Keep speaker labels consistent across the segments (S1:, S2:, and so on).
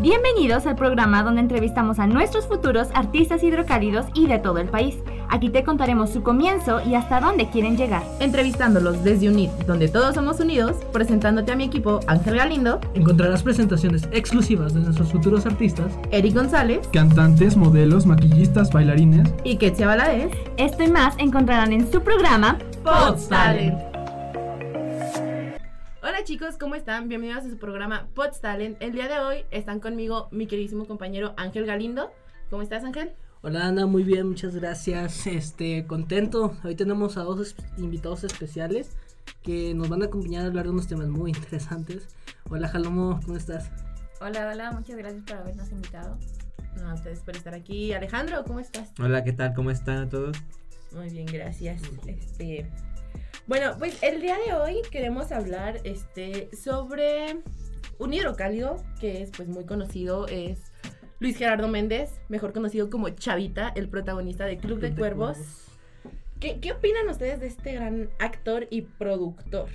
S1: Bienvenidos al programa donde entrevistamos a nuestros futuros artistas hidrocálidos y de todo el país. Aquí te contaremos su comienzo y hasta dónde quieren llegar.
S2: Entrevistándolos desde UNIT, donde todos somos unidos, presentándote a mi equipo Ángel Galindo,
S3: Encontrarás presentaciones exclusivas de nuestros futuros artistas,
S2: Eric González
S4: Cantantes, modelos, maquillistas, bailarines.
S2: y Ketsia Valadez.
S1: Esto y más encontrarán en su programa
S2: Pods Talent. Hola chicos, ¿cómo están? Bienvenidos a su programa Pods Talent. El día de hoy están conmigo mi queridísimo compañero Ángel Galindo. ¿Cómo estás Ángel?
S3: Hola Ana, muy bien, muchas gracias. Este, contento. Hoy tenemos a dos es- invitados especiales que nos van a acompañar a hablar de unos temas muy interesantes. Hola Jalomo, ¿cómo estás?
S5: Hola, hola, muchas gracias por habernos invitado.
S2: No, a ustedes por estar aquí. Alejandro, ¿cómo estás?
S6: Hola, ¿qué tal? ¿Cómo están a todos?
S2: Muy bien, gracias. Este, bueno, pues el día de hoy queremos hablar este, sobre un hidrocálido que es pues muy conocido, es Luis Gerardo Méndez, mejor conocido como Chavita, el protagonista de Club de Cuervos. ¿Qué, qué opinan ustedes de este gran actor y productor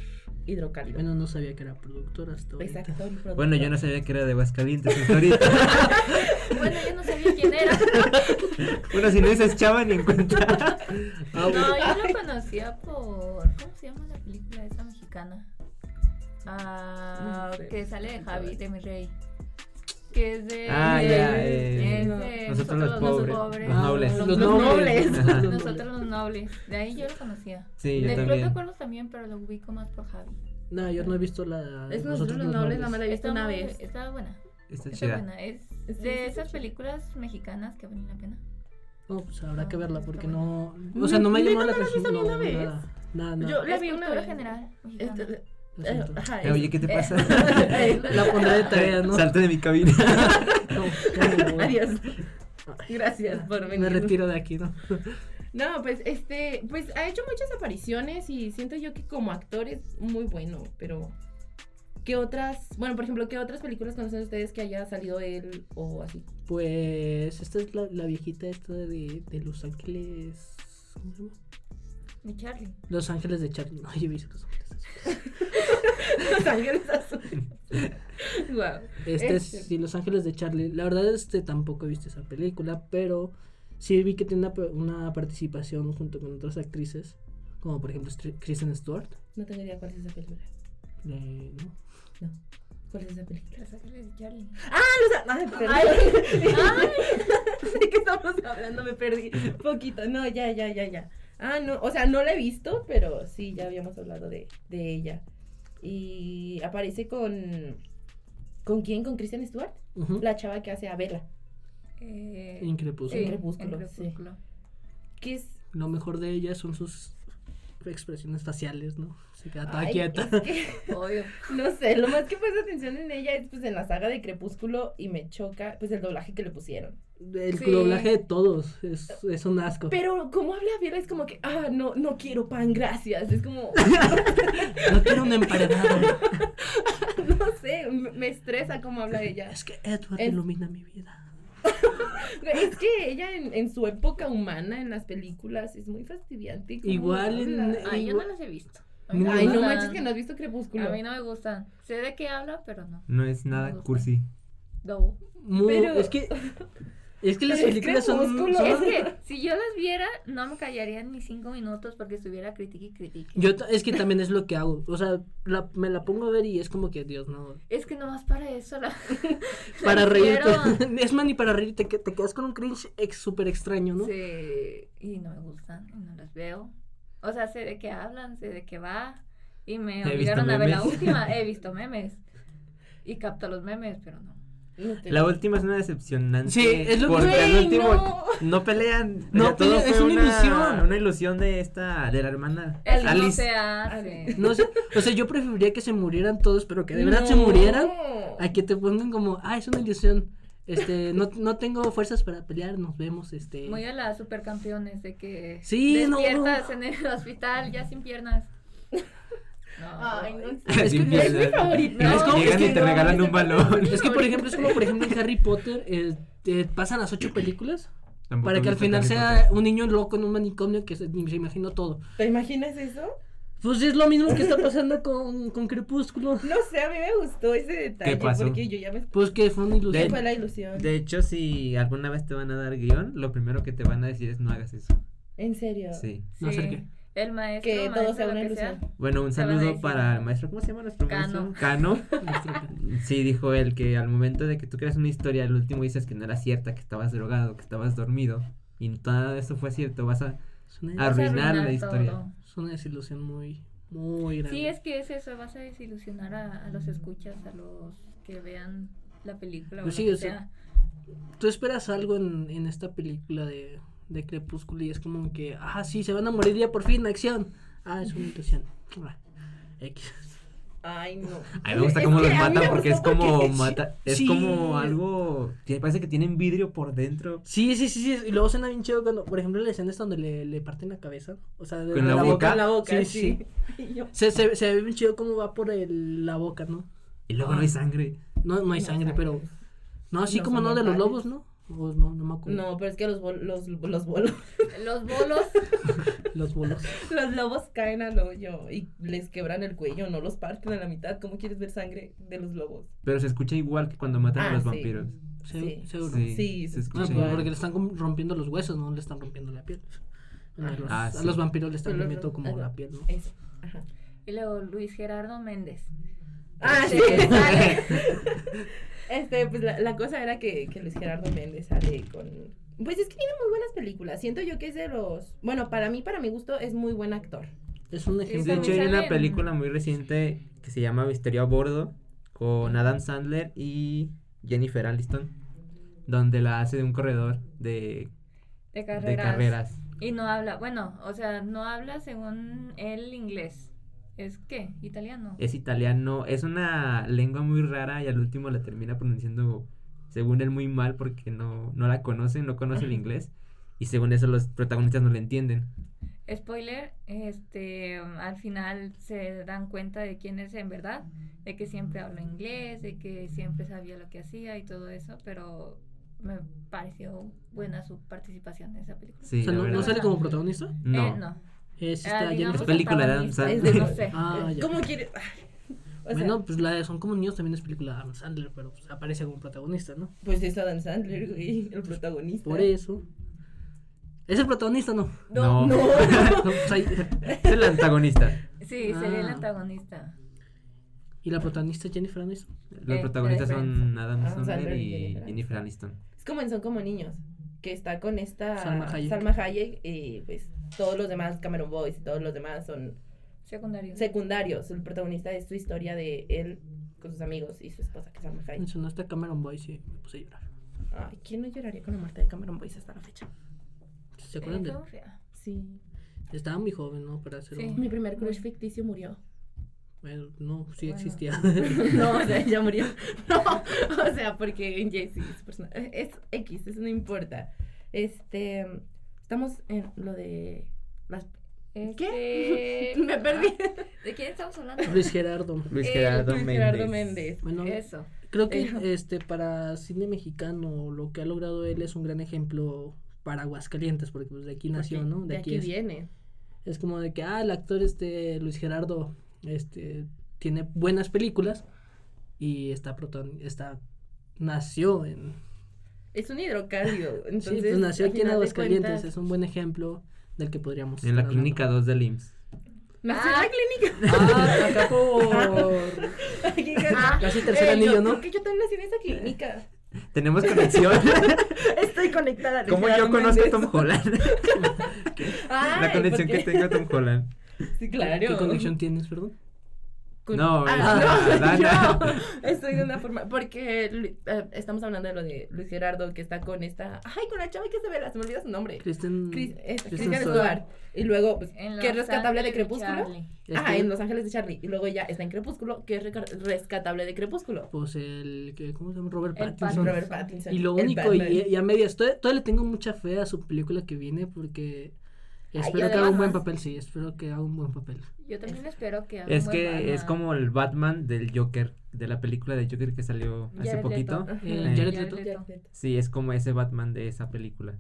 S2: hidrocálido?
S3: Bueno, no sabía que era productor hasta
S2: Pues,
S3: ahorita.
S2: actor y productor.
S6: Bueno, yo no sabía que era de Aguascalientes hasta ahorita.
S5: Bueno, yo no sabía quién era.
S6: bueno, si no dices chava ni en cuenta.
S3: Ah, bueno.
S5: No, yo lo conocía por. ¿Cómo se llama la película esa mexicana? Ah,
S2: No sé.
S5: que sale de Javi, de mi rey. Que es de.
S6: Ah, ya, eh,
S5: es de
S6: Nosotros los pobres. Los
S5: Ah,
S6: nobles.
S2: Los,
S3: Los
S2: nobles.
S3: nobles.
S6: Ajá.
S5: Nosotros los nobles. De ahí yo lo conocía.
S6: Sí, yo
S5: Del Club de
S6: también.
S5: Cuernos también, pero lo ubico más por Javi.
S3: No, yo no he visto la.
S2: Es nosotros los nobles, nada más la he visto
S5: Está
S2: una
S5: muy-
S2: vez.
S5: Estaba buena.
S6: Está
S5: Está
S6: chida.
S5: buena. Es
S2: Sí, sí,
S5: de
S2: está
S5: esas
S2: chida.
S5: películas mexicanas que valen la pena.
S3: No, pues habrá que
S5: No,
S3: verla
S5: está
S3: porque
S5: buena.
S3: no. O sea, no me
S2: Ni- ni
S3: llamó la
S2: cuando la has
S3: atención.
S2: visto ni
S3: No,
S2: una vez.
S3: nada, nada, nada.
S2: Yo la
S5: Es
S2: vi una
S5: cultura
S2: vez.
S5: general mexicana.
S2: Este,
S3: Lo
S2: eh,
S3: siento.
S2: ajá,
S6: Eh,
S2: es-
S6: oye, ¿qué te
S5: Eh,
S6: pasa?
S3: La pondré de tarea, ¿no?
S6: Salte de mi cabina.
S3: No, ya me voy.
S2: Adiós. Gracias por venir.
S3: Me retiro de aquí, ¿no?
S2: No, pues este, pues ha hecho muchas apariciones y siento yo que como actor es muy bueno, pero ¿qué otras? Bueno, por ejemplo, ¿qué otras películas conocen ustedes que haya salido él o así?
S3: Pues esta es la, la viejita esta de, de Los Ángeles. ¿Cómo se llama?
S5: Mi Charlie.
S3: Los Ángeles de Charlie. No, yo he visto Los Ángeles de Charlie.
S2: Los Ángeles Azules. wow.
S3: Este es,
S2: Este.
S3: sí, Los Ángeles de Charlie. La verdad, este tampoco he visto esa película, pero sí vi que tiene una, pe- una participación junto con otras actrices, como por ejemplo Stri- Kristen Stewart.
S2: No tengo idea cuál es esa película.
S3: Eh, ¿no?
S2: No. ¿Cuál es esa película?
S5: Los Ángeles de Charlie. Ah,
S2: Ah, los Ay, perdón. ¿De qué estamos hablando? Me perdí. Poquito. No, ya, ya, ya, ya. Ah, no. O sea, no la he visto, pero sí, ya habíamos hablado de, de ella. Y aparece con. ¿Con quién? ¿Con Kristen Stewart?
S3: Ujú.
S2: La chava que hace a Bella.
S5: Eh,
S3: En Crepúsculo.
S5: sí,
S2: Crepúsculo,
S5: en
S2: sí.
S5: Crepúsculo.
S2: Que es.
S3: Lo mejor de ella son sus expresiones faciales, ¿no? Se queda toda
S2: Ay,
S3: quieta.
S2: es que-
S5: Obvio.
S2: no sé, lo más que puse atención en ella es pues en la saga de Crepúsculo y me choca pues el doblaje que le pusieron.
S3: El
S5: Sí.
S3: doblaje de todos es, es un asco.
S2: Pero como habla Bella es como que, ah, no, no quiero pan, gracias. Es como,
S3: No quiero un emparedado.
S2: no sé, me me estresa cómo habla ella.
S3: Es que Edward
S2: Es-
S3: ilumina mi vida.
S2: Güey, Es que ella en, en su época humana, en las películas, es muy fastidiante. cómo
S3: Igual en-
S2: habla.
S5: Ay, yo no
S3: Igual-
S5: las he visto. A mí
S3: Ninguna.
S2: Ay,
S5: me
S2: no
S5: gustan.
S2: manches que no has visto Crepúsculo.
S5: A mí no me gustan. Sé de qué habla, pero no.
S6: No es nada cursi.
S5: No.
S3: Mu-
S2: Pero-
S3: Es que. Es que las
S2: Es
S3: películas son.
S2: Crepúsculo.
S3: son-
S5: Es que si yo las viera, no me callarían ni cinco minutos porque estuviera critique y critique.
S3: Yo ta- es que también es lo que hago. O sea, la- me la pongo a ver y es como que, Dios, no.
S5: Es que nomás para eso la.
S3: Para
S5: las
S3: reírte.
S5: vieron.
S3: Es más, ni para reírte, que te quedas con un cringe ex, súper extraño, ¿no?
S5: Sí, y no me gustan, y no las veo. O sea, sé de qué hablan, sé de qué va. Y me
S6: He visto
S5: obligaron a ver la
S6: memes.
S5: última. He visto memes. Y capto los memes, pero no.
S2: No te-
S6: La última es una decepcionante.
S3: Sí, es lo que-
S6: porque al
S2: Güey,
S6: último
S2: no.
S6: no. pelean.
S3: No
S6: todo
S3: pelean,
S6: fue
S3: es una ilusión.
S6: Una ilusión de esta, de la hermana
S5: El no
S6: Alice.
S5: se hace.
S3: No sé. O sea, yo preferiría que se murieran todos, pero que de verdad
S2: No.
S3: se murieran. A que te pongan como, ah, es una ilusión. Este, no, no tengo fuerzas para pelear, nos vemos, este.
S5: Muy a las supercampeones de que
S3: Sí, no.
S5: despiertas en el hospital ya sin piernas. No.
S2: Ay, no sé.
S3: Es que-
S6: Sin piel.
S2: es mi favorita.
S6: Llegan
S3: Es como- es
S6: y
S3: que
S6: te
S3: no,
S6: regalan
S2: es
S6: un
S2: mi favorita.
S6: balón.
S3: Es que, por ejemplo, es como, por ejemplo, en Harry Potter, eh, te pasan las ocho películas
S6: Tampoco
S3: para que
S6: he
S3: al
S6: visto
S3: final
S6: Harry
S3: sea
S6: Potter.
S3: un niño loco en un manicomio que se, se imaginó todo.
S2: ¿Te imaginas eso?
S3: Pues es lo mismo que está pasando con, con Crepúsculo.
S2: No sé, a mí me gustó ese detalle
S6: ¿Qué pasó?
S2: porque yo ya me
S3: Pues que fue una
S2: ¿Qué
S3: ilusión.
S2: fue la ilusión.
S6: De hecho, si alguna vez te van a dar guión, lo primero que te van a decir es no hagas eso.
S2: En serio.
S6: Sí.
S3: No acerqué.
S5: El maestro,
S2: Que todo
S5: maestra,
S2: sea
S5: lo
S2: una
S5: que sea.
S2: ilusión.
S6: Bueno, un
S5: Te van a
S6: saludo
S5: decir.
S6: para el maestro. ¿Cómo se llama nuestro
S5: Cano.
S6: maestro? Cano.
S3: Nuestro Cano.
S6: Sí, dijo él que al momento de que tú creas una historia, al último dices que no era cierta, que estabas drogado, que estabas dormido. Y todo eso fue cierto. Vas a
S3: Es una,
S5: Vas a
S6: arruinar la historia.
S5: todo.
S3: es una desilusión muy, muy grande.
S5: Sí, es que es eso, vas a desilusionar a, a los escuchas, a los que vean la película. o
S3: Pues sí,
S5: lo que
S3: o sea,
S5: sea.
S3: Tú esperas algo en, en esta película de, de Crepúsculo y es como que, ah, sí, se van a morir ya por fin, acción. Ah, es una ilusión. Ah, X.
S2: Ay, no.
S6: A mí me gusta
S2: Es
S6: cómo
S2: que
S6: los
S2: a mí me
S6: matan porque es
S2: gustó
S6: como
S2: porque-
S6: mata, es
S3: Sí.
S6: como algo, tiene- parece que tienen vidrio por dentro.
S3: Sí, sí, sí, sí. Y luego suena bien chido cuando, por ejemplo, la escena es donde le, le parten la cabeza. O sea, de,
S6: ¿Con
S3: de
S6: la boca?
S2: La boca,
S3: Sí,
S2: sí.
S3: sí.
S2: Y yo,
S3: Se, se, se ve bien chido cómo va por el- la boca, ¿no?
S6: Y luego
S2: Ah.
S6: no hay sangre.
S3: No, no hay
S2: No,
S3: sangre,
S2: sangre.
S3: pero. No, así
S2: No
S3: como
S2: son
S3: no de los
S2: mentales.
S3: lobos, ¿no? O no, no me acuerdo.
S2: No, pero es que los bol- los, los bolos,
S5: Los bolos,
S3: Los bolos.
S2: los lobos caen al hoyo y les quebran el cuello, no los parten a la mitad. ¿Cómo quieres ver sangre de los lobos?
S6: Pero se escucha igual que cuando matan a
S2: Ah,
S6: los
S2: sí.
S6: vampiros.
S3: Se-
S2: Sí.
S3: seguro.
S6: Sí,
S2: Sí,
S6: se
S2: se
S3: No,
S6: escucha
S3: pero
S6: igual.
S3: porque le están com- rompiendo los huesos, no le están rompiendo la piel. Bueno, a los-
S6: Ah,
S3: A
S6: sí.
S3: los vampiros le están
S2: Pero los-
S3: rompiendo como
S2: ajá.
S3: la piel, ¿no?
S2: Eso. Ajá.
S5: y luego Luis Gerardo Méndez.
S2: Ah, sí.
S5: Se sale.
S2: Este, pues la, la cosa era que, que Luis Gerardo Méndez sale con. Pues es que tiene muy buenas películas. Siento yo que es de los. Bueno, para mí, para mi gusto, es muy buen actor.
S3: Es un
S5: Sí,
S6: De
S3: ejemplo.
S6: hecho,
S5: también
S6: hay una
S5: salen-
S6: película muy reciente que se llama Misterio a Bordo con Adam Sandler y Jennifer Aniston, donde la hace de un corredor de,
S5: De carreras.
S6: de carreras.
S5: Y no habla, bueno, o sea, no habla según él inglés. ¿Es qué? ¿Italiano?
S6: Es italiano, es una lengua muy rara y al último la termina pronunciando, según él, muy mal porque no, no la conoce, no conoce el
S2: Ajá.
S6: inglés. Y según eso los protagonistas no le entienden.
S5: Spoiler, este, al final se dan cuenta de quién es en verdad, de que siempre habló inglés, de que siempre sabía lo que hacía y todo eso, pero me pareció buena su participación en esa película.
S6: Sí,
S3: O sea,
S6: la
S3: no, no
S6: verdad.
S3: sale como protagonista.
S6: No.
S5: Eh, no.
S3: Es
S5: Ah,
S3: esta
S5: digamos
S6: Es película de Adam
S5: antagonista,
S6: Sandler.
S5: No sé.
S3: Ah, ya.
S2: Eh, ¿Cómo quieres? O sea,
S3: bueno, pues la de Son como niños también es película de Adam Sandler, pero pues, aparece como protagonista, ¿no?
S2: pues es Adam Sandler, güey, el protagonista.
S3: Por eso. ¿Es el protagonista o no?
S6: No.
S2: No.
S3: No, pues ahí-
S6: Es el antagonista.
S5: Sí, sería el
S3: Ah.
S5: antagonista.
S3: ¿Y la protagonista es Jennifer Aniston?
S6: Los
S5: Eh,
S6: protagonistas
S5: la
S6: son Adam
S2: Adam
S6: Sandler
S2: Sandler y
S6: y
S2: Jennifer
S6: Jennifer Aniston.
S2: Es como en Son como niños, que está con esta
S3: Salma Hayek.
S2: y pues todos los demás, Cameron Boys y todos los demás son
S5: Secundario.
S2: secundarios. El protagonista es su historia de él con sus amigos y su esposa, que es Salma Hayek.
S3: Mencionó esta Cameron Boy, sí, me puse a llorar.
S2: Ay, ¿quién no lloraría con la muerte de Cameron Boyce hasta la fecha?
S3: ¿Se
S5: Eh,
S3: acuerdan de
S5: fue fea.
S2: Sí.
S3: Estaba muy joven, ¿no? Para hacer
S5: Sí.
S3: un-
S2: Mi primer crush ficticio murió.
S3: Bueno, no, sí
S5: Bueno.
S3: existía.
S2: No, o sea, ella murió. No, o sea, porque en Jesse es, persona- es X, eso no importa. Este, estamos en lo de las... ¿Qué?
S5: Este,
S2: Me perdí.
S3: ah,
S5: ¿De quién estamos hablando?
S3: Luis Gerardo.
S6: Luis
S2: Eh,
S6: Gerardo
S2: Luis
S6: Méndez.
S2: Gerardo Méndez.
S3: Bueno,
S5: Eso.
S3: creo que
S2: Eso.
S3: este para cine mexicano lo que ha logrado él es un gran ejemplo para Aguascalientes, porque pues, de aquí nació,
S2: Porque
S3: ¿no?
S2: De aquí,
S3: es.
S2: viene.
S3: Es como de que, ah, el actor este Luis Gerardo este tiene buenas películas y está proton está nació en
S2: Es un hidrocálido.
S3: sí,
S2: Entonces,
S3: pues, nació
S2: al
S3: aquí en
S2: final de
S3: Aguascalientes,
S2: cuentas-
S3: es un buen ejemplo del que podríamos
S6: En la
S3: estar hablando.
S6: clínica 2 del IMSS.
S2: Nació en la
S5: Ah.
S2: clínica.
S3: Ah, acá por
S2: Aquí,
S3: casi tercer
S2: Eh,
S3: anillo,
S2: yo
S3: ¿no?
S2: creo que yo también nací en esa clínica.
S6: Tenemos conexión.
S2: Estoy conectada.
S6: ¿Cómo yo conozco a Tom Holland? la conexión que
S2: tengo.
S6: tengo a Tom Holland.
S2: Sí, claro.
S3: ¿Qué conexión tienes, perdón?
S2: Con-
S6: No,
S2: Ah,
S6: es-
S2: no,
S6: ah, Dana.
S2: yo estoy de una forma. Porque Lu- eh, estamos hablando de lo de Luis Gerardo, que está con esta. Ay, con la chava que se ve, se me olvida su nombre.
S3: Kristen
S2: Chris- es-
S3: Kristen
S2: Christian
S3: Stewart.
S2: Stewart. Y luego, pues,
S5: En
S2: que es
S5: Los
S2: rescatable de
S5: Ángeles
S2: Crepúsculo.
S5: Charlie.
S2: Ah,
S3: Este,
S2: en Los Ángeles de Charlie. Y luego ya está en Crepúsculo, que es reca- rescatable de Crepúsculo.
S3: pues el que cómo se llama Robert
S5: El
S3: Pattinson.
S5: Pattinson.
S2: Robert Pattinson.
S3: Y lo
S2: el
S3: único
S2: Batman.
S3: y, y a medias todavía, todavía le tengo mucha fe a su película que viene porque espero que haga un
S5: además-
S3: buen papel, sí, espero que haga un buen papel.
S5: Yo también espero que haga
S6: Es
S5: un buen
S6: que es
S5: Batman.
S6: como el Batman del Joker, de la película de Joker que salió hace
S5: Jared
S6: poquito.
S5: Leto.
S2: Ajá.
S3: Eh,
S6: Jared
S5: Leto.
S2: Jared Leto.
S6: Sí, es como ese Batman de esa película.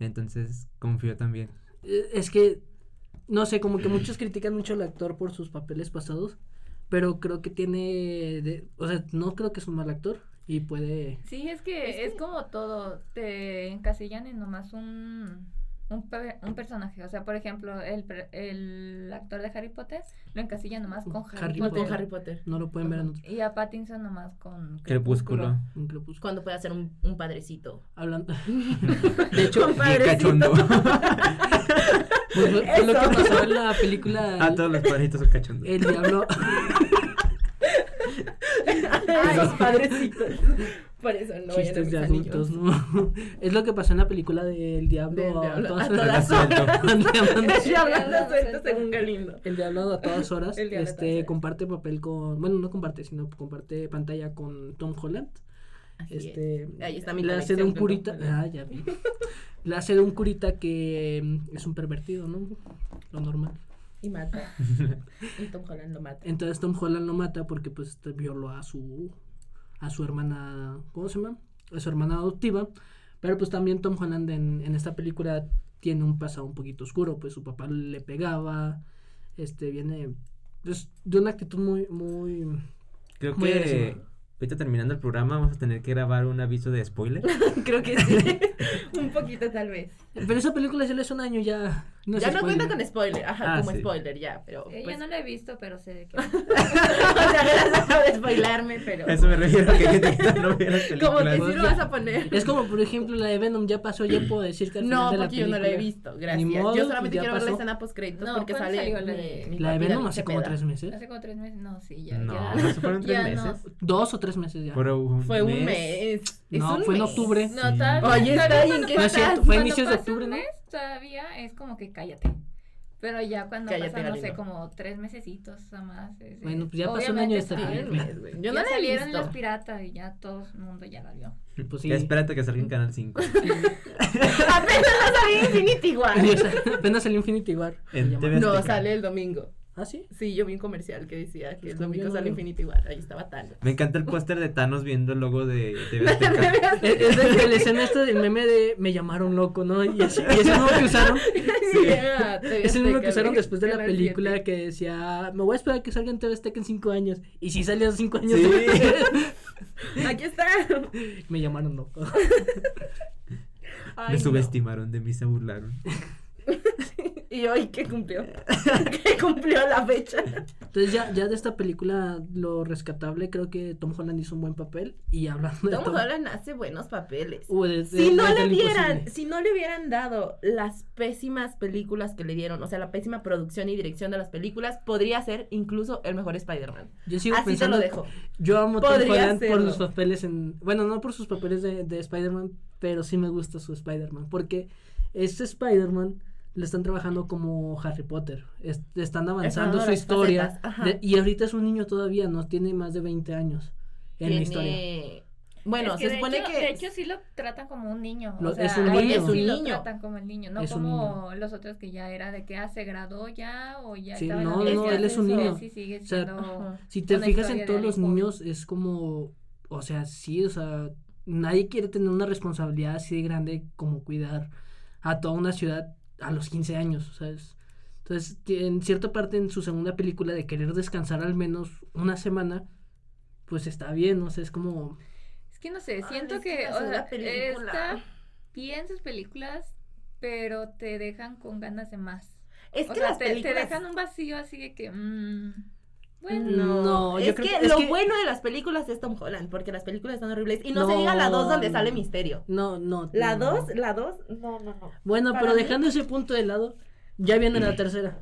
S6: Entonces confío también.
S3: Eh, Es que no sé, como que muchos critican mucho al actor por sus papeles pasados, pero creo que tiene, de- o sea, no creo que es un mal actor y puede...
S5: Sí, es que es,
S2: Es que-
S5: como todo, te encasillan en nomás un, un, pe- un personaje. O sea, por ejemplo, el, per- el actor de Harry Potter lo encasillan nomás con Harry,
S3: Harry
S5: Potter.
S2: Con Harry Potter.
S3: No lo pueden ver en
S2: Ajá.
S3: otro.
S5: Y a Pattinson nomás con
S6: Crepúsculo.
S3: en Crepúsculo.
S2: Cuando pueda ser un, un padrecito.
S3: Hablando...
S2: De
S6: hecho, bien cachondo.
S3: Pues fue- fue lo que
S2: Eso.
S3: pasó en la película...
S6: A todos los padrecitos son cachondos.
S3: El diablo.
S2: Los padrecitos. Por eso no vayan a
S3: chistes
S2: mis
S3: de
S2: anillos.
S3: adultos, ¿no? es lo que pasó en la película de El Diablo.
S2: Del
S3: a
S2: diablo,
S3: todas
S2: a todas
S6: horas.
S3: horas.
S2: Ya hablando de esto según Galindo.
S3: El Diablo a todas horas.
S2: El diablo a todas
S3: Este
S2: horas.
S3: comparte papel con. Bueno, no comparte, sino comparte pantalla con Tom Holland.
S2: Así es.
S3: Este,
S2: Ahí está mi
S3: la hace
S2: conexión
S3: de un
S2: con Tom
S3: curita.
S2: Holland.
S3: Ah, ya vi. La hace de un curita que mm, es un pervertido, ¿no? Lo normal.
S2: Y mata. Y Tom Holland lo mata.
S3: Entonces Tom Holland lo mata porque pues este, violó a su a su hermana, ¿cómo se llama? A su hermana adoptiva. Pero pues también Tom Holland en, en esta película tiene un pasado un poquito oscuro, pues su papá le pegaba, este viene pues, de una actitud muy muy
S6: Creo
S3: Muy
S6: que
S3: agresivo.
S6: ahorita terminando el programa vamos a tener que grabar un aviso de spoiler.
S2: Creo que sí. un poquito tal vez.
S3: pero esa película ya le hace un año ya no es
S2: ya no
S3: spoiler.
S2: cuenta con spoiler. Ajá,
S6: Ah,
S2: como
S6: sí.
S2: spoiler ya, pero.
S3: Oh,
S5: Ella
S2: pues-
S5: Eh, no la he visto, pero sé de qué.
S2: o sea, gracias por spoilarme, pero.
S6: A Eso me refiero que gente que no ve las
S2: Como que
S6: películas.
S2: sí lo vas a poner.
S3: Es como por ejemplo la de Venom ya pasó, ya puedo decir que al final
S2: No,
S3: de la
S2: porque yo no la he
S3: película-
S2: visto, gracias.
S3: Ni modo,
S2: yo solamente
S3: ya
S2: quiero ver la
S3: pasó.
S2: escena post créditos
S5: No,
S2: porque
S5: ¿cuándo
S2: sale
S5: salió la
S2: mi-
S5: de-
S2: mi
S3: La de
S2: papi
S3: Venom
S2: David
S3: hace como
S2: Cepeda.
S3: tres meses.
S5: Hace como tres meses. No, sí, ya.
S6: No,
S5: ya-
S6: no se fueron tres
S5: ya no.
S6: meses.
S3: Dos o tres meses ya.
S6: Fue un
S2: Fue un
S6: mes.
S2: mes. Es
S3: No,
S2: un
S3: fue en
S2: mes.
S3: octubre.
S5: No,
S6: Sí.
S5: todavía.
S2: Oye, está
S5: todavía
S2: bien,
S5: cuando
S2: ¿qué
S3: No es
S5: pasa-
S3: cierto, fue a
S5: cuando
S3: inicios de
S5: pasa un
S3: octubre, ¿no?
S5: mes, Todavía es como que cállate. Pero ya cuando
S2: Cállate,
S5: pasan, no sé,
S2: Galindo.
S5: como tres mesecitos o más. es-
S3: Bueno,
S5: es-
S3: pues ya pasó un año
S5: obviamente
S3: esta
S5: está
S2: Fue
S3: película.
S2: un mes, güey. Yo no
S5: ya
S2: la he
S5: salieron
S2: visto.
S5: los piratas y ya todo el mundo ya la vio.
S3: Pues sí.
S6: Ya espérate que salga en Canal 5.
S2: Apenas va a salir Infinity War.
S3: Y esa- apenas el Infinity War.
S6: En
S3: Se llama.
S6: TV.
S2: No,
S6: Azteca.
S2: sale el domingo.
S3: ¿Ah, sí?
S2: Sí, yo vi un comercial que decía que el
S3: Pues como yo
S2: domingo
S3: no
S2: sale
S3: veo.
S2: Infinity War. Ahí estaba Thanos.
S6: Me encanta el póster de Thanos viendo el logo de TV Azteca.
S3: Es, es de, de la escena esta del meme de me llamaron loco, ¿no? Y ese, y ese mismo que usaron,
S2: Sí, era TV
S3: ese mismo
S2: Azteca,
S3: que usaron
S2: güey.
S3: después de la
S2: Canal
S3: película
S2: 7.
S3: que decía, me voy a esperar a que salga en TV Azteca en cinco años. Y si sale hace cinco años,
S6: Sí.
S2: Aquí está.
S3: me llamaron loco.
S2: Ay,
S6: Me
S2: no.
S6: subestimaron, de mí se burlaron.
S2: Y hoy que cumplió. que cumplió la fecha.
S3: Entonces ya, ya de esta película, lo rescatable, creo que Tom Holland hizo un buen papel. Y hablando de
S2: Tom Holland hace buenos papeles.
S3: Uh, de- de-
S2: si no
S3: de-
S2: le
S3: del
S2: hubieran,
S3: imposible.
S2: si no le hubieran dado las pésimas películas que le dieron, o sea, la pésima producción y dirección de las películas, podría ser incluso el mejor Spider-Man.
S3: Yo sigo
S2: Así
S3: pensando,
S2: te lo dejo.
S3: Yo amo a Tom
S2: Podría
S3: Holland por
S2: serlo.
S3: los papeles en. Bueno, no por sus papeles de, de Spider-Man, pero sí me gusta su Spider-Man. Porque este Spider-Man le están trabajando como Harry Potter. es- le están avanzando
S2: dando
S3: su
S2: las
S3: historia.
S2: facetas, ajá.
S3: de- y ahorita es un niño todavía, no tiene más de 20 años en la
S2: Tiene-
S3: historia.
S2: Bueno,
S5: Es que
S2: se
S5: de
S2: supone
S5: hecho-
S2: que
S5: De hecho, sí lo tratan como un niño.
S3: Lo-
S5: o sea,
S3: es un
S5: a
S3: niño.
S5: ellos
S3: Es un
S5: sí lo
S2: niño.
S5: tratan como el niño, no
S3: Es un
S5: como los otros que ya era de que ah, se graduó ya o ya
S3: Sí,
S5: estaba en
S3: no,
S5: la
S3: no,
S5: universidad,
S2: él es un
S5: sí,
S3: niño.
S5: Sí, sigue
S3: O sea,
S5: siendo.
S2: ajá.
S3: Si te
S5: una
S3: fijas
S5: historia
S3: en
S5: de
S3: todos los
S5: alguien joven.
S3: niños, es como. O sea, sí, o sea. Nadie quiere tener una responsabilidad así de grande como cuidar a toda una ciudad a los 15 años, ¿sabes? Entonces, ti- en cierta parte en su segunda película de querer descansar al menos una semana, pues está bien, o sea, es como...
S5: Es que no sé,
S2: Ay,
S5: siento
S2: es que
S5: que,
S2: la
S5: o sea,
S2: segunda película.
S5: está bien sus películas, pero te dejan con ganas de más.
S2: es
S5: o
S2: que
S5: sea,
S2: las
S5: te, te
S2: películas
S5: dejan un vacío así de que, mm, bueno,
S2: No,
S3: No, yo
S2: es
S3: creo
S2: que,
S3: que- es
S2: lo
S3: que-
S2: bueno de las películas es Tom Holland, porque las películas están horribles. Y no, se
S3: No,
S2: diga la 2 donde
S3: no.
S2: sale misterio.
S3: No, no.
S2: La
S3: no.
S2: 2, la 2, no, no, no.
S3: Bueno,
S2: para
S3: pero
S2: mí-
S3: dejando ese punto de lado, ya viene la tercera.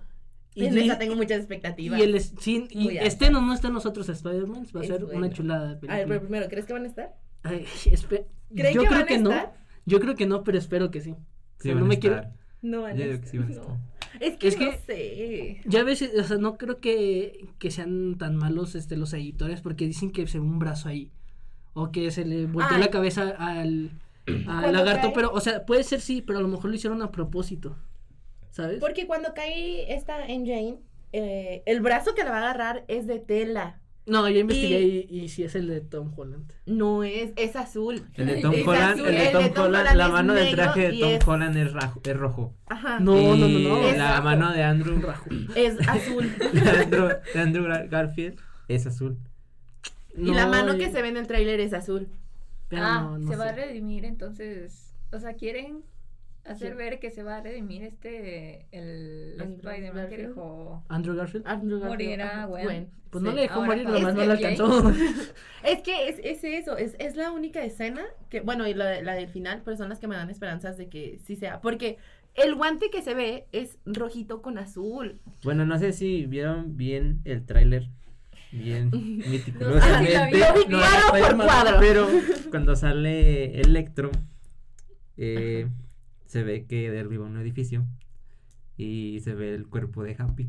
S2: Y en
S3: di-
S2: esa tengo muchas
S3: y
S2: expectativas.
S3: el es- sí, y
S2: Muy alta.
S3: estén o no estén nosotros Spider-Man, va a
S2: Es
S3: ser
S2: bueno.
S3: una
S2: A
S3: chulada de
S2: ver,
S3: película.
S2: pero primero, ¿crees que van a estar?
S3: Ay, espe-
S2: ¿Creen
S3: Yo
S2: que
S3: creo
S2: van a
S3: que no.
S2: estar?
S3: Yo creo que no, pero espero que sí. O
S6: Sí,
S3: sea,
S6: van
S3: no
S6: a
S3: me quiero-
S6: estar.
S2: No van a
S6: Yo digo que
S2: estar,
S6: sí van a
S2: no.
S6: estar.
S2: Es que
S3: Es
S2: no
S3: que-
S2: sé.
S3: Ya a veces, o sea, no creo que, que sean tan malos este, los editores porque dicen que se ve un brazo ahí. O que se le volteó
S2: Ay.
S3: la cabeza al, al
S2: Cuando
S3: lagarto,
S2: cae.
S3: pero, o sea, puede ser sí, pero a lo mejor lo hicieron a propósito. ¿Sabes?
S2: Porque cuando cae esta en Jane, eh, el brazo que la va a agarrar es de tela.
S3: No, yo investigué y, y sí es el de Tom Holland.
S2: No es, es azul.
S6: El de Tom
S2: Es
S6: Holland,
S2: azul,
S6: el de Tom, Holland, la
S2: es
S6: mano del
S2: negro
S6: traje de
S2: y
S6: Tom
S2: es-
S6: Holland es, rajo- es rojo.
S2: Ajá.
S3: No, no, no,
S6: Y
S3: no.
S2: Es
S6: La
S2: rojo.
S6: mano de Andrew, rajo.
S2: Es azul.
S6: de Andrew, de Andrew Gar- Garfield es azul.
S2: y la
S3: No,
S2: mano
S3: y-
S2: que se ve en el tráiler es azul.
S3: pero
S5: ah,
S3: no, no
S5: se va a
S3: sé.
S5: redimir, entonces, o sea, quieren hacer
S2: Sí.
S5: ver que se va a redimir este, el
S2: Andrew
S5: Spider-Man que
S2: Garfield.
S5: dejó.
S3: Andrew Garfield.
S2: Andrew Garfield,
S5: Morirá
S2: ajá,
S5: Gwen.
S2: Ah, sí.
S3: Pues no le dejó
S5: ahora
S3: morir,
S5: para-
S3: nomás no
S5: Es
S3: le
S5: que-
S3: alcanzó.
S2: Es que es, es eso, es, es la única escena que, bueno, y la, de- la del final, pero son las que me dan esperanzas de que sí sea. Porque el guante que se ve es rojito con azul.
S6: Bueno, no sé si vieron bien el tráiler. Bien
S5: Ah, sí, la vi.
S6: meticulosamente.
S5: Lo vi
S6: No,
S2: cuadro por
S6: Spider-Man,
S2: cuadro.
S6: Pero cuando sale Electro, eh, se ve que derriba un edificio y se ve el cuerpo de Happy.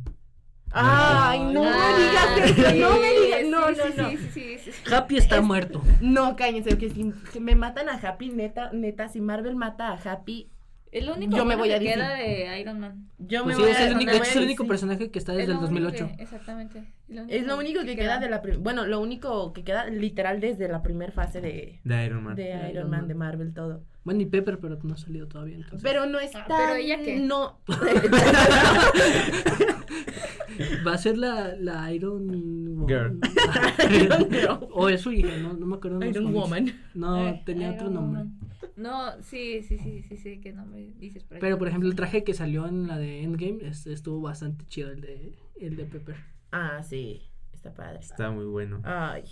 S2: Ay, no
S5: Ah,
S2: me digas eso,
S5: sí,
S2: no me digas.
S5: sí,
S2: No,
S5: sí,
S2: no, no.
S5: Sí, sí, sí, sí.
S3: Happy está muerto.
S2: No, cállense, porque si si me matan a Happy, neta, neta, si Marvel mata a Happy,
S5: El único
S2: Yo me
S5: bueno
S2: voy a
S5: que
S2: decir.
S5: queda de Iron Man.
S2: yo me
S3: Pues sí,
S2: voy
S3: es
S2: a
S3: el único,
S2: me voy
S3: de hecho,
S2: a
S3: es el
S2: decir-
S3: único personaje que está
S5: Es
S3: desde el
S5: lo único
S3: 2008.
S5: que- exactamente.
S2: Es lo único que queda de la prim- bueno, lo único que queda literal desde la primera fase de,
S6: De Iron Man.
S2: de Iron,
S3: Iron
S2: Man,
S3: Man.
S2: de Marvel todo.
S3: Bueno, y Pepper, pero no ha salido todavía. Entonces.
S2: Pero no es
S5: Ah,
S2: tan...
S5: ¿pero ella qué?
S2: No.
S3: Va a ser la, la Iron
S6: Girl.
S3: Iron o es su hija, no, no me acuerdo. de los
S2: Iron
S3: cómics.
S2: Woman.
S3: No,
S5: Eh,
S3: tenía otro
S5: Iron
S3: nombre.
S5: Man. No, sí, sí, sí, sí, sí, qué nombre dices. ahí.
S3: Pero por ejemplo, el traje que salió en la de Endgame este, estuvo bastante chido el de el de Pepper.
S2: Ah, sí. Está padre.
S6: Está muy bueno.
S2: Ay.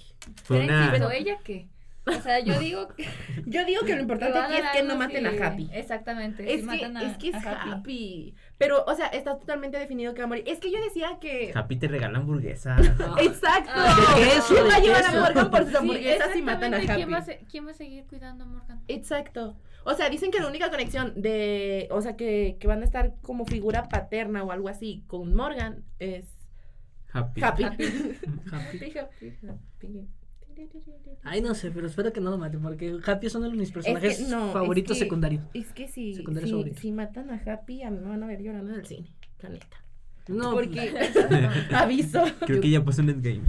S6: Fue
S5: Pero
S6: una.
S5: insisto, ella qué? O sea, yo digo que
S2: Yo digo que lo importante
S5: van a
S2: aquí es
S5: dar
S2: que no
S5: algo
S2: maten
S5: si-
S2: a Happy.
S5: Exactamente.
S2: Es
S5: si
S2: que,
S5: matan a-
S2: es que es
S5: a
S2: happy. Pero, o sea, está totalmente definido que va a morir. Es que yo decía que.
S6: Happy te regala hamburguesa.
S2: ¡Exacto!
S5: Ah.
S3: De queso,
S2: ¿Quién va a
S3: de
S2: llevar
S3: queso.
S2: a Morgan por sus
S5: Sí,
S2: hamburguesas si matan a
S5: exactamente,
S2: Happy? Eh,
S5: ¿quién va, a se- quién va a seguir cuidando a Morgan?
S2: Exacto. O sea, dicen que la única conexión de. O sea, que, que van a estar como figura paterna o algo así con Morgan es.
S6: Happy.
S2: Happy.
S3: Happy.
S5: Happy.
S3: Ay, no sé, pero espero que no lo maten porque Happy es uno de mis personajes
S2: no, es
S3: favoritos
S2: que-
S3: secundarios.
S2: Es que si,
S3: Secundarios
S2: si,
S3: favoritos.
S2: si matan a Happy, a mí me van a ver llorando en el cine. La neta.
S3: No,
S2: Porque.
S3: pues,
S2: aviso.
S6: Creo que ya puso en Endgame.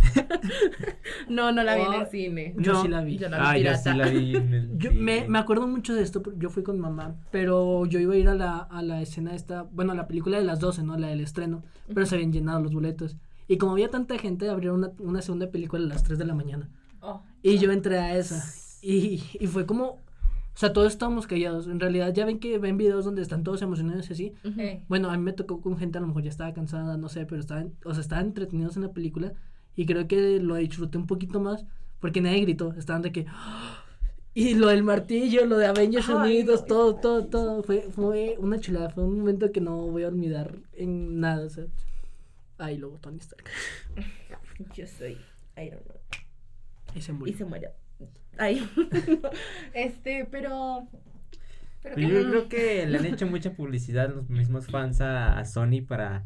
S2: No, no la vi en
S3: Oh,
S2: el cine.
S3: yo
S6: no.
S3: sí la vi.
S2: Yo la vi
S6: Ah, yo
S2: pirata.
S6: sí la vi. en el
S3: Yo
S6: cine.
S3: me, me acuerdo mucho de esto, porque yo fui con mamá, pero yo iba a ir a la, a la escena esta, bueno, a la película de las 12, ¿no? La del estreno, pero se habían llenado los boletos. Y como había tanta gente, abrieron una, una segunda película a las 3 de la mañana.
S5: Oh,
S3: Y yo entré a esa. Y, y fue como, o sea, todos estábamos callados. En realidad ya ven que ven videos donde están todos emocionados y así.
S2: Ujú.
S5: eh,
S3: Bueno, a mí me tocó con gente, a lo mejor ya estaba cansada, no sé, pero estaban, o sea, estaban entretenidos en la película y creo que lo disfruté un poquito más porque nadie gritó, estaban de que... ¡Ah! Y lo del martillo, lo de Avengers
S2: Ay,
S3: Unidos,
S2: no,
S3: todo, todo, todo, fue, fue una chulada, fue un momento que no voy a olvidar en nada, o sea... Ahí luego Tony Stark.
S2: Yo soy Iron Man.
S3: Y se
S2: Y
S3: murió.
S2: se muere. Ay. este, pero.
S6: Pero
S5: pero qué-
S6: Pues yo creo que le han hecho mucha publicidad los mismos fans a, a Sony para, para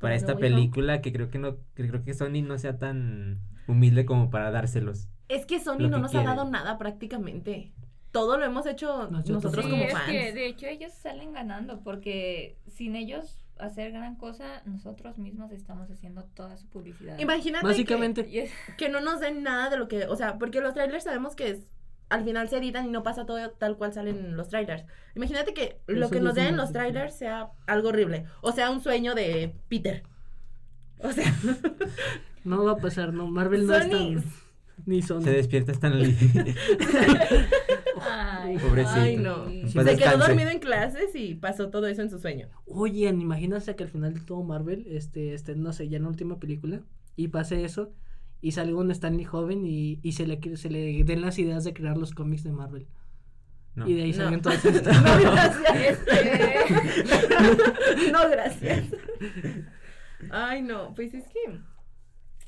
S2: Para
S6: esta
S2: No Way Home.
S6: película que creo que no que creo que Sony no sea tan humilde como para dárselos.
S2: Es que Sony
S6: Lo que
S2: no nos
S6: quiere.
S2: ha dado nada prácticamente. Todo lo hemos hecho
S3: Nosotros.
S2: nosotros,
S3: Sí,
S2: como
S5: eh. es
S2: fans.
S5: que de hecho ellos salen ganando porque sin ellos hacer gran cosa, nosotros mismos estamos haciendo toda su publicidad.
S2: Imagínate que-
S3: Básicamente,
S5: Y es-
S2: Que, no nos den nada de lo que. O sea, porque los trailers sabemos que es. Al final se editan y no pasa todo tal cual salen los trailers. Imagínate que lo
S3: Eso
S2: que
S3: ya
S2: nos
S3: es
S2: den en
S3: una
S2: los
S3: ficción.
S2: trailers sea algo horrible. O sea, un sueño de Peter. O sea,
S3: no va a pasar, no, Marvel no es
S2: Sony-
S3: tan... Ni Sony.
S6: Se despierta Stan Lee.
S5: Ay,
S6: Pobrecito.
S2: ay no.
S5: sí.
S6: Pues
S2: se quedó
S6: descanse.
S2: dormido en clases y pasó todo eso en su sueño.
S3: Oye, imagínense que al final de todo Marvel, este, este, no sé, ya en la última película, y pase eso, y salga un Stanley joven y, y se, le, cre- se le den las ideas de crear los cómics de Marvel.
S6: No.
S3: Y de ahí
S2: No.
S3: salgan todas estas.
S2: No, gracias.
S5: Este,
S2: No, gracias. Ay, no, pues es que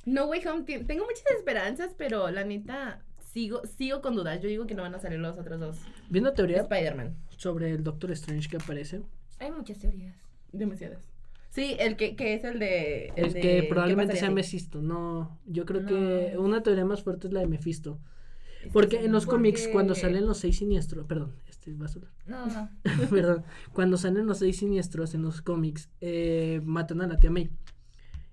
S2: No Way Home ti- tengo muchas esperanzas, pero la neta sigo sigo con dudas. Yo digo que no van a salir los otros dos.
S3: Vi una teoría
S2: Spider-Man,
S3: sobre el Doctor Strange que aparece,
S5: Hay muchas teorías.
S2: demasiadas. Sí, el que, que es el de
S3: el,
S2: de
S3: que
S2: ¿qué
S3: probablemente
S2: pasaría
S3: sea
S2: si?
S3: Mephisto. No, yo creo que
S5: No.
S3: una teoría más fuerte es la de Mephisto. Porque en los cómics, cuando
S5: Porque-
S3: salen los seis siniestros, perdón, este va a sonar.
S5: No, no.
S3: Perdón, cuando salen los seis siniestros en los cómics, eh, matan a la tía May.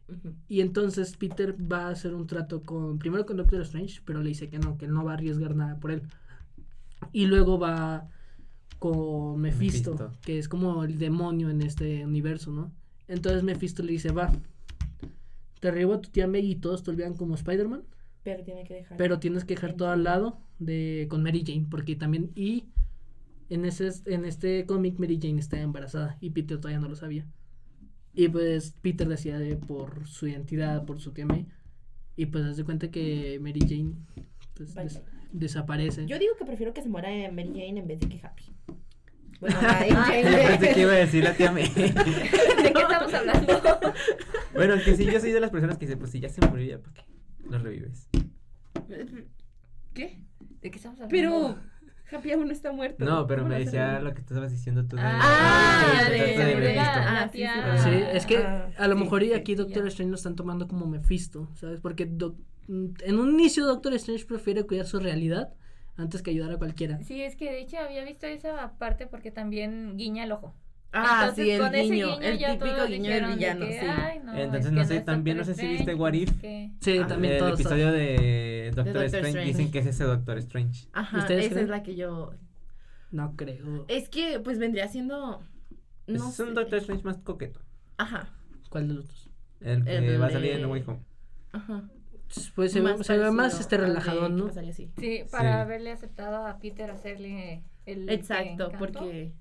S2: Ujú.
S3: Y entonces Peter va a hacer un trato con, primero con Doctor Strange, pero le dice que no, que no va a arriesgar nada por él. Y luego va con Mephisto,
S6: Mephisto.
S3: que es como el demonio en este universo, ¿no? Entonces Mephisto le dice, va, te arribo a tu tía Meg y todos te olvidan como Spider-Man,
S2: Pero tiene que dejar.
S3: pero tienes que dejar todo al lado de, con Mary Jane, porque también, y en, ese, en este cómic Mary Jane está embarazada y Peter todavía no lo sabía. Y pues Peter decía de- por su identidad, por su tía May, y pues haz de cuenta que Mary Jane pues,
S2: Bye,
S3: des-
S2: bye.
S3: desaparece.
S2: Yo digo que prefiero que se muera eh, Mary Jane en vez de que Happy. Bueno, Mary Jane.
S6: Yo pensé que iba a decir la tía May.
S5: ¿De qué estamos hablando?
S6: bueno, aunque sí, yo soy de las personas que dicen, pues si ya se murió, ya, ¿para qué? Lo revives.
S2: ¿Qué?
S5: ¿De qué estamos hablando?
S2: Pero Happy aún no está muerto.
S6: No, pero
S2: ¿Cómo
S6: me
S2: lo
S6: decía
S2: hacen?
S6: lo que estabas diciendo tú de.
S5: Ah,
S6: de-
S5: de-
S6: de- de-
S5: de-
S6: de-
S5: la-
S6: Mephisto.
S5: la
S2: Ah, sí,
S5: tía.
S2: sí,
S3: Sí,
S2: Ah,
S3: es que
S2: ah,
S3: a lo
S2: sí,
S3: mejor y
S2: sí,
S3: aquí
S5: ya.
S3: Doctor Strange lo están tomando como Mephisto, ¿sabes? Porque doc- en un inicio Doctor Strange prefiere cuidar su realidad antes que ayudar a cualquiera.
S5: Sí, es que de hecho había visto esa parte porque también guiña el ojo.
S2: Ah,
S5: Entonces,
S2: sí, el
S5: con ese
S2: guiño. El
S5: ya
S2: típico
S5: todos
S2: guiño del
S5: dijeron de
S2: villano,
S5: que,
S2: sí.
S5: "Ay, no,
S6: Entonces,
S5: es
S6: no
S5: que
S6: sé,
S5: es
S6: también no sé
S5: Doctor
S6: si viste
S5: Strange,
S6: What If.
S5: que-
S3: Sí,
S6: Ah,
S3: también
S6: el
S3: todos
S6: episodio de Doctor,
S2: Doctor
S6: Strange,
S2: Strange.
S6: dicen que es ese Doctor Strange.
S2: Ajá, esa
S3: ¿Ustedes
S2: es
S3: creen?
S2: la que yo.
S3: No creo.
S2: Es que, pues vendría siendo. No
S6: es un
S2: sé.
S6: Doctor Strange más coqueto.
S2: Ajá,
S3: ¿Cuál de los dos?
S6: El que
S2: El
S6: eh, va a salir en
S2: de-
S6: No Way Home.
S2: ajá.
S3: Pues se ve, se ve más
S2: parecido
S3: este
S2: al de
S3: relajadón,
S2: que
S3: ¿no?
S2: pasaría así.
S5: Sí,
S6: Sí.
S5: para haberle aceptado a Peter hacerle el. que
S2: Exacto,
S5: encantó.
S2: porque.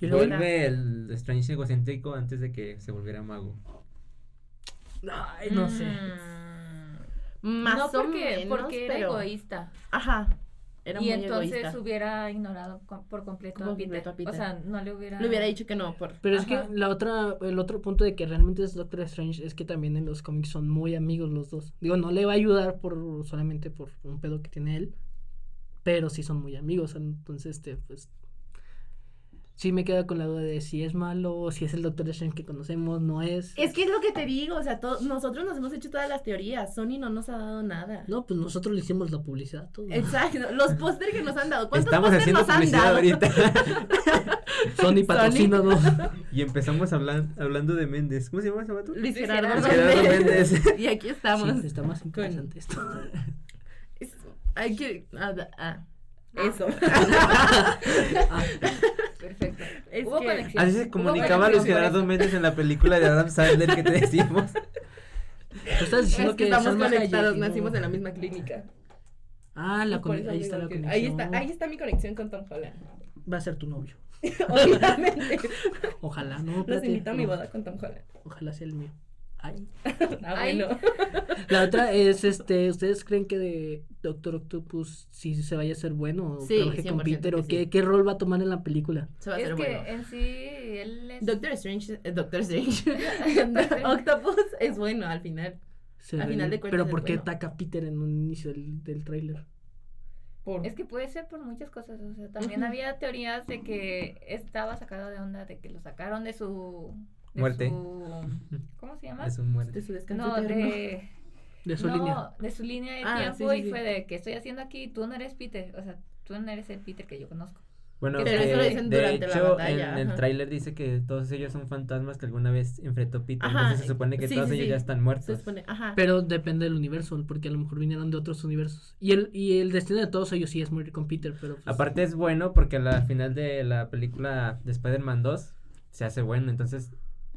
S3: Y luego-
S6: Vuelve el Strange egocéntrico antes de que se volviera mago.
S3: Ay, no sé.
S5: Mm,
S2: Más
S5: no,
S2: o
S5: porque,
S2: menos,
S5: porque era
S2: pero...
S5: egoísta.
S2: Ajá. Era
S5: y
S2: muy
S5: entonces
S2: egoísta.
S5: hubiera ignorado com- por completo
S2: Como
S5: a Peter.
S2: completo a Peter.
S5: O sea, no le hubiera.
S2: Le hubiera dicho que no por...
S3: Pero es
S5: Ajá.
S3: que la otra, el otro punto de que realmente es Doctor Strange es que también en los cómics son muy amigos los dos. Digo, no le va a ayudar por solamente por un pedo que tiene él, pero sí son muy amigos. Entonces, este, pues, sí me queda con la duda de si es malo, o si es el Doctor Strange que conocemos, no es.
S2: Es que es lo que te digo, o sea, to- nosotros nos hemos hecho todas las teorías, Sony no nos ha dado nada.
S3: No, pues nosotros le hicimos la publicidad. a todo.
S2: Exacto, los póster que nos han dado, ¿cuántos
S6: Estamos
S2: póster
S6: haciendo
S2: nos han
S6: publicidad
S2: dado?
S6: ahorita.
S3: Sony patrocínanos.
S6: y empezamos hablan- hablando de Méndez. ¿Cómo se llama ese vato?
S2: Luis
S5: Luis
S2: Gerardo,
S5: Gerardo
S6: Gerardo
S2: Méndez.
S6: Méndez.
S2: y aquí estamos.
S3: Sí, está más interesante esto.
S2: Es- hay que... ah, da- ah, Eso.
S3: Ah,
S5: Perfecto.
S2: Es
S5: Hubo
S2: que-
S5: conexión.
S6: Así se
S5: Hubo
S6: comunicaba Luis
S5: conexión por
S6: Gerardo
S5: eso.
S6: Méndez en la película de Adam Sandler que te decimos.
S3: tú estás diciendo
S2: es que
S3: que
S2: estamos
S3: Salma Hayek,
S2: conectados,
S3: ¿no?
S2: nacimos en la misma clínica.
S3: Ah, la
S2: Y por
S3: conex-
S2: eso
S3: ahí
S2: digo
S3: está la
S2: que-
S3: conexión.
S2: Ahí está, ahí está mi conexión con Tom Holland.
S3: Va a ser tu novio.
S2: Obviamente.
S3: Ojalá, no.
S2: Los
S3: espérate,
S2: invito a mi
S3: no,
S2: boda con Tom Holland.
S3: Ojalá sea el mío. Ay.
S2: Ah,
S5: Ay.
S2: bueno.
S3: La otra es, este, ¿ustedes creen que de Doctor Octopus si se vaya a ser bueno o
S2: Sí,
S3: trabaje con
S2: 100%
S3: Peter
S2: que
S3: o qué,
S2: sí.
S3: qué rol va a tomar en la película?
S2: Se va a
S5: Es
S2: hacer
S5: que
S2: bueno.
S5: en sí él es.
S2: Doctor Strange, eh, Doctor Strange, Octopus es bueno al final
S3: Se
S2: Al
S3: ve-
S2: final de cuentas
S3: Pero
S2: es
S3: ¿por qué
S2: bueno.
S3: ataca a Peter en un inicio del, del tráiler?
S2: por
S5: Es que puede ser por muchas cosas, o sea, también
S2: Ujú.
S5: había teorías de que estaba sacado de onda, de que lo sacaron de su... de
S6: Muerte.
S5: su- ¿Cómo se llama?
S6: Es un muerto.
S2: de su descanso
S5: No,
S2: eterno.
S5: de...
S3: De su
S5: no,
S3: línea.
S5: de su línea de
S2: Ah,
S5: tiempo
S2: sí, sí,
S5: y
S2: sí.
S5: fue de que estoy haciendo aquí, tú no eres Peter, o sea, tú no eres el Peter que yo conozco.
S6: Bueno,
S5: Pero eso lo
S6: que,
S2: dicen
S6: de
S2: durante la
S6: hecho,
S2: batalla,
S6: en el
S2: ajá.
S6: tráiler dice que todos ellos son fantasmas que alguna vez enfrentó Peter.
S2: Ajá,
S6: Entonces se supone que
S2: sí,
S6: todos
S2: sí,
S6: ellos
S2: sí.
S6: ya están
S2: Se
S6: muertos.
S2: supone, ajá.
S3: Pues, Pero depende del universo, porque a lo mejor vinieron de otros universos. Y el, y el destino de todos ellos sí es morir con Peter, pero pues,
S6: Aparte es bueno porque al final de la película de Spider-Man 2 se hace bueno, entonces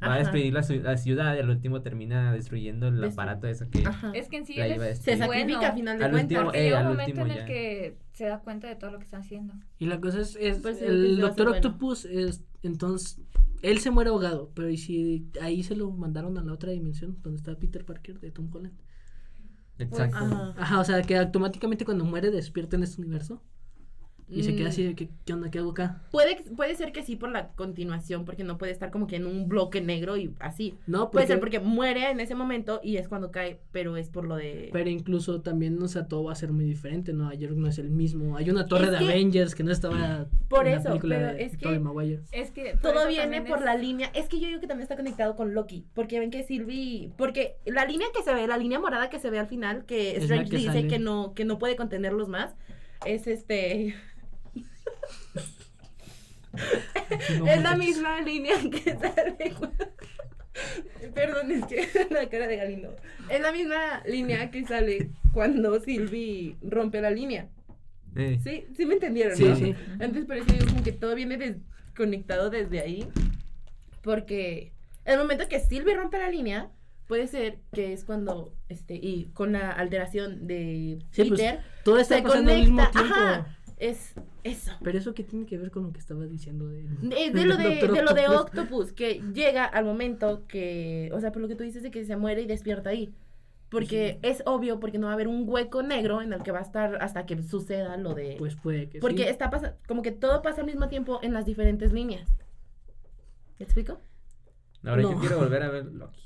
S6: va
S2: Ajá.
S6: a despedir la, ciu- la ciudad y al último termina destruyendo el
S2: Destru-
S6: aparato eso que...
S2: ajá.
S5: Es que en sí
S6: La
S5: él
S6: iba a
S5: es
S6: decir.
S2: este. se
S5: bueno,
S2: sacrifica al final de
S6: Al
S2: cuentas.
S6: último,
S5: porque
S6: eh,
S5: llega
S6: al
S5: un momento
S6: último
S5: en el
S6: ya.
S5: que se da cuenta de todo lo que está haciendo.
S3: Y la cosa es, es
S2: Pues sí, que
S3: el
S2: se va a hacer
S3: Doctor
S2: bueno.
S3: Octopus es, entonces, él se muere ahogado, pero y si ahí se lo mandaron a la otra dimensión, donde está Peter Parker de Tom Holland.
S6: Exacto.
S2: Pues, Ajá.
S3: Ajá, o sea, que automáticamente cuando muere despierta en este universo y se queda así de que, ¿qué onda? ¿Qué hago acá?
S2: Mm, Puede, que- puede ser que sí por la continuación, porque no puede estar como que en un bloque negro y así.
S3: No,
S2: Puede ser porque muere en ese momento y es cuando cae, pero es por lo de...
S3: Pero incluso también, o sea, todo va a ser muy diferente, ¿no? Ayer no es el mismo. Hay una torre
S2: Es
S3: de
S2: que-
S3: Avengers que no estaba
S2: Por
S3: en
S2: eso,
S3: la película
S2: pero
S3: de
S2: es que-
S3: Tobey Maguire.
S5: Es que por
S2: Todo
S5: eso
S2: viene
S5: también
S2: por
S5: es-
S2: la línea. Es que yo digo que también está conectado con Loki. Porque ven que Sylvie. Porque la línea que se ve, la línea morada que se ve al final, que
S3: Es la
S2: Strange
S3: que
S2: dice
S3: sale.
S2: que no, que no puede contenerlos más. Es este.
S3: No,
S2: es la
S3: muchachos.
S2: misma línea que sale. cuando- Perdón, es que la cara de Galindo. Es la misma línea que sale cuando Silvi rompe la línea.
S6: Eh,
S2: Sí, sí me entendieron,
S6: Sí,
S2: ¿no?
S3: sí.
S2: Antes parecía yo como que todo viene desconectado desde ahí. Porque el momento que Silvi rompe la línea, puede ser que es cuando, este, y con la alteración de
S3: Sí, pues,
S2: Peter,
S3: Todo está
S2: se
S3: pasando al mismo
S2: conecta.
S3: tiempo.
S2: Ajá, es eso.
S3: Pero eso que tiene que ver con lo que estabas diciendo de...
S2: Es Eh, de lo de,
S3: Doctor
S2: de lo de
S3: Octopus.
S2: Octopus, que llega al momento que, o sea, por lo que tú dices de que se muere y despierta ahí. Porque es obvio, porque no va a haber un hueco negro en el que va a estar hasta que suceda lo de...
S3: Pues puede que
S2: porque
S3: sí.
S2: está pasando, como que todo pasa al mismo tiempo en las diferentes líneas. ¿Me explico?
S6: Ahora
S3: No.
S6: yo quiero volver a ver Loki.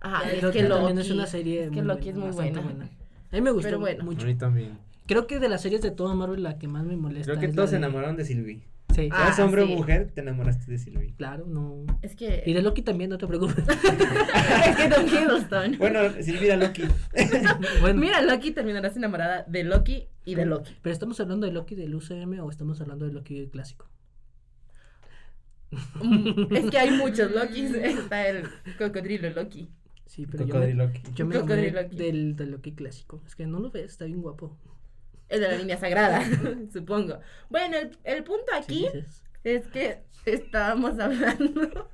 S2: Ajá,
S3: Creo
S2: es que
S3: también
S2: Loki,
S3: es una serie
S2: es que Loki es muy
S3: bastante
S2: buena.
S3: A mí me gustó
S2: Pero bueno.
S3: mucho.
S6: A mí también.
S3: Creo que de las series de toda Marvel la que más me molesta
S6: Creo que
S3: es la
S6: todos se
S3: de-
S6: enamoraron de Sylvie.
S3: Sí,
S2: Ah,
S6: Seas hombre
S2: sí.
S6: o mujer, te enamoraste de Sylvie.
S3: claro, no.
S2: Es que...
S3: Y de Loki también, no te preocupes.
S2: es que Tom Hiddleston.
S6: Bueno, Sylvie era Loki.
S3: bueno,
S2: Mira, Loki terminarás enamorada de Loki y de Loki.
S3: pero estamos hablando de Loki del UCM o estamos hablando de Loki clásico.
S2: Mm, es que hay muchos Lokis. Está el cocodrilo Loki.
S3: Sí, pero yo me,
S6: Cocodrilo Loki.
S3: yo me
S2: Cocodrilo
S3: enamoré
S2: Loki.
S3: del, del Loki clásico. Es que no lo ves, está bien guapo.
S2: Es de la línea sagrada, supongo. Bueno, el, el punto aquí
S3: Sí, dices,
S2: es que estábamos hablando.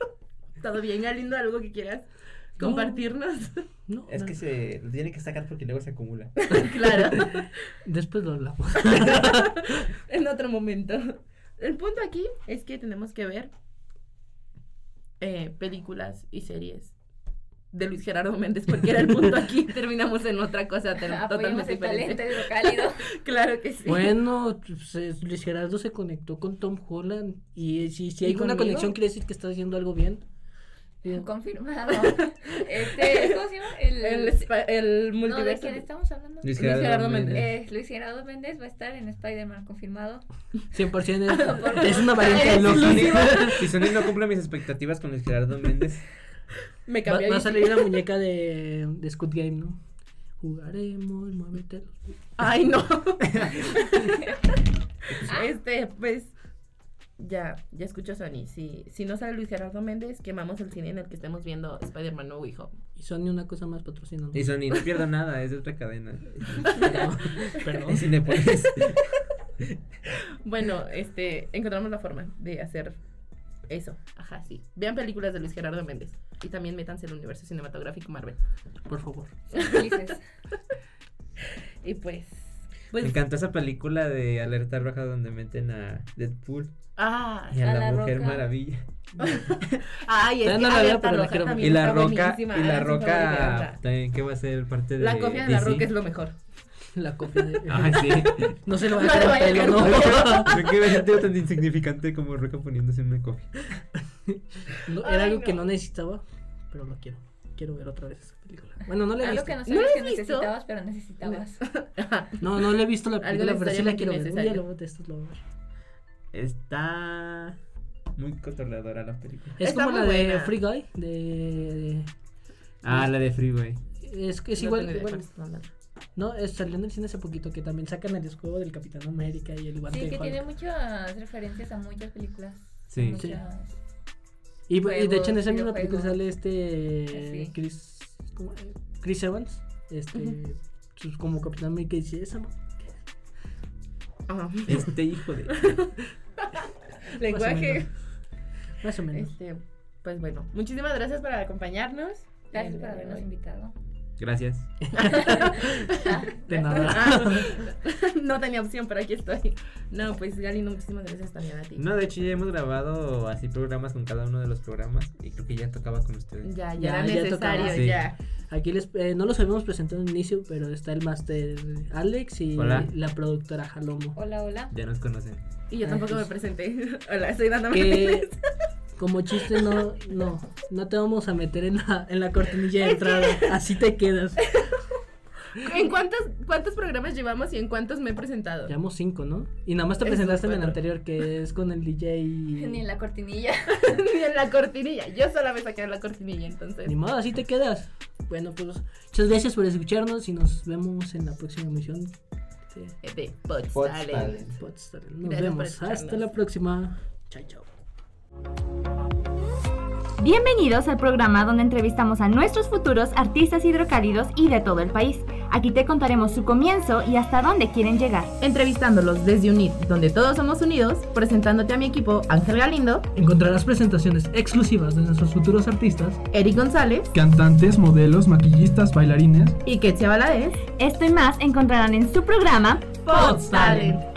S2: ¿Todo bien, Galindo? ¿Algo que quieras
S3: No.
S2: compartirnos?
S3: No,
S6: Es
S3: no.
S6: que se lo tiene que sacar porque luego se acumula.
S2: claro,
S3: después lo hablamos.
S2: en otro momento. El punto aquí es que tenemos que ver eh, películas y series de Luis Gerardo Méndez, porque era el punto aquí. Terminamos en otra
S3: Ah,
S2: cosa ter-
S5: Apoyemos
S2: totalmente
S5: el
S2: diferente.
S5: talento hidrocálido.
S2: Claro que sí.
S3: Bueno, pues, eh, Luis Gerardo se conectó con Tom Holland y eh, si, si hay
S2: ¿Y
S3: una
S2: conmigo?
S3: conexión quiere decir que está haciendo algo bien. Eh,
S5: Confirmado. Este, ¿cómo se llama? El,
S2: El, spa- el
S5: no, ¿de
S2: multiverso.
S5: quién estamos hablando?
S6: Luis
S2: Gerardo
S6: Gerardo
S2: Méndez.
S6: Méndez.
S5: Eh, Luis Gerardo Méndez va a estar en Spider-Man confirmado.
S3: 100%
S5: Por
S3: es, es una variante de
S6: Si
S3: Loki.
S6: Sony- Si Sony no cumple mis expectativas con Luis Gerardo Méndez,
S2: Me
S3: Va,
S2: cambié.
S3: va a
S2: ahí.
S3: salir la muñeca de, de Squid Game, ¿no? Jugaremos, muévete. los-
S2: Ay, no. este, pues. Ya, ya escucho Sony. Si, si no sale Luis Gerardo Méndez, quemamos el cine en el que estemos viendo Spider-Man No Way Home.
S3: Y Sony una cosa más patrocinando.
S6: y Sony no pierdo nada, es de otra cadena.
S3: Perdón. perdón.
S2: Oh.
S6: Es Cinépolis.
S2: Bueno, este, encontramos la forma de hacer eso. Ajá, sí. Vean películas de Luis Gerardo Méndez. Y también métanse al universo cinematográfico Marvel.
S3: Por favor.
S5: Felices.
S2: Y pues.
S6: Me
S2: pues
S6: encantó esa película de Alerta Roja donde meten a Deadpool
S2: ah,
S6: y a,
S5: A
S6: la,
S5: La
S6: Mujer
S5: Roca.
S6: Maravilla.
S2: ay, es
S3: Ya
S2: que
S3: no la veo,
S2: Alerta
S3: pero
S2: Roja
S3: la quiero ver.
S2: también
S6: Y la
S2: está
S6: Roca, y
S2: buenísima.
S6: la
S2: Ah, sí, favorita,
S6: Roca
S2: otra.
S6: también que va a ser parte de
S2: La copia de la
S6: DC.
S2: Roca es lo mejor.
S3: La copia de.
S6: Ah, sí.
S3: No se lo
S2: No
S3: van a
S2: le
S3: hacer
S2: vaya a
S3: pelo,
S2: caer
S3: ¿no?
S6: Creo que había gente tan insignificante como Roca poniéndose una copia.
S3: No, Era
S2: Ay,
S3: algo que
S2: no.
S3: no necesitaba, pero lo quiero. Quiero ver otra vez esa película. Bueno, no la he
S5: Algo
S3: visto.
S5: que no
S2: ¿No
S5: sabías
S2: lo
S5: que
S2: has visto?
S5: necesitabas, pero necesitabas.
S3: No, no la he visto la
S2: Algo
S3: película, pero sí la
S2: necesariamente
S3: quiero ver. Un día
S2: innecesario.
S3: lo- de estos lo voy a ver.
S6: Está muy controladora la película.
S3: Es
S2: Está
S3: como la
S2: muy
S3: de
S2: buena.
S3: Free Guy. De,
S6: Ah, la de Freeway.
S3: de- es que es
S2: No
S3: igual.
S2: tengo idea
S3: bueno,
S2: cuál estás hablando.
S3: no, es- salió en el cine hace poquito que también sacan el escudo del Capitán América y el guante
S5: Sí,
S3: de
S5: que
S3: Hulk.
S5: tiene muchas referencias a muchas películas.
S6: Sí.
S5: Muchas-
S3: Y, bu- y de hecho en esa
S5: juegos,
S3: misma película
S5: videojuegos.
S3: sale este
S5: Así.
S3: Chris, ¿cómo? Chris Evans, este
S2: Ujú.
S3: su- como Capitán América y dice esa ma-".
S2: Ajá.
S6: Este hijo de.
S2: Lenguaje.
S3: más o menos.
S2: Este, pues bueno, muchísimas gracias por acompañarnos. Este,
S5: Gracias
S2: El
S5: por
S2: día de
S5: habernos
S2: hoy.
S5: invitado.
S6: Gracias.
S3: De nada.
S2: Este, Ah, no tenía opción, pero aquí estoy. No, pues Galindo, muchísimas gracias también a ti.
S6: No, de hecho ya hemos grabado así programas con cada uno de los programas y creo que ya tocaba con ustedes.
S2: Ya, ya,
S3: Ya,
S2: era
S3: ya
S2: necesario,
S6: tocaba. Sí.
S2: ya.
S3: Aquí les eh, no los habíamos presentado en el inicio, pero está el máster Alex y
S6: Hola.
S3: la productora Jalomo.
S5: Hola, hola.
S6: Ya nos conocen.
S2: Y yo
S3: Ah,
S2: tampoco
S3: pues.
S2: me presenté. Hola, soy Dana
S3: Que
S2: Martínez.
S3: como chiste no no no te vamos a meter en la, en la cortinilla de entrada, así te quedas.
S2: ¿En cuántos, cuántos programas llevamos y en cuántos me he presentado?
S3: Llevamos cinco, ¿no? Y nada más te
S2: Esos
S3: presentaste en el
S2: cuatro.
S3: anterior que es con el DJ
S5: Ni en la cortinilla.
S2: Ni en la cortinilla. Yo sola me saqué de la cortinilla, entonces.
S3: Ni modo, así te quedas. Bueno, pues muchas gracias por escucharnos y nos vemos en la próxima emisión. de
S2: eh, De Pods
S6: Pods
S2: Talent.
S6: Talent.
S3: Podstar. Nos
S2: Gracias por
S3: vemos.
S2: escucharnos.
S3: Hasta la próxima. Chao, chao.
S1: Bienvenidos al programa donde entrevistamos a nuestros futuros artistas hidrocálidos y de todo el país. Aquí te contaremos su comienzo y hasta dónde quieren llegar.
S2: Entrevistándolos desde UNID, donde todos somos unidos, presentándote a mi equipo Ángel Galindo,
S3: Encontrarás presentaciones exclusivas de nuestros futuros artistas.
S2: Eric González
S4: Cantantes, modelos, maquillistas, bailarines.
S2: y Ketsia Valadez.
S1: Esto y más encontrarán en su programa
S2: Post Talent.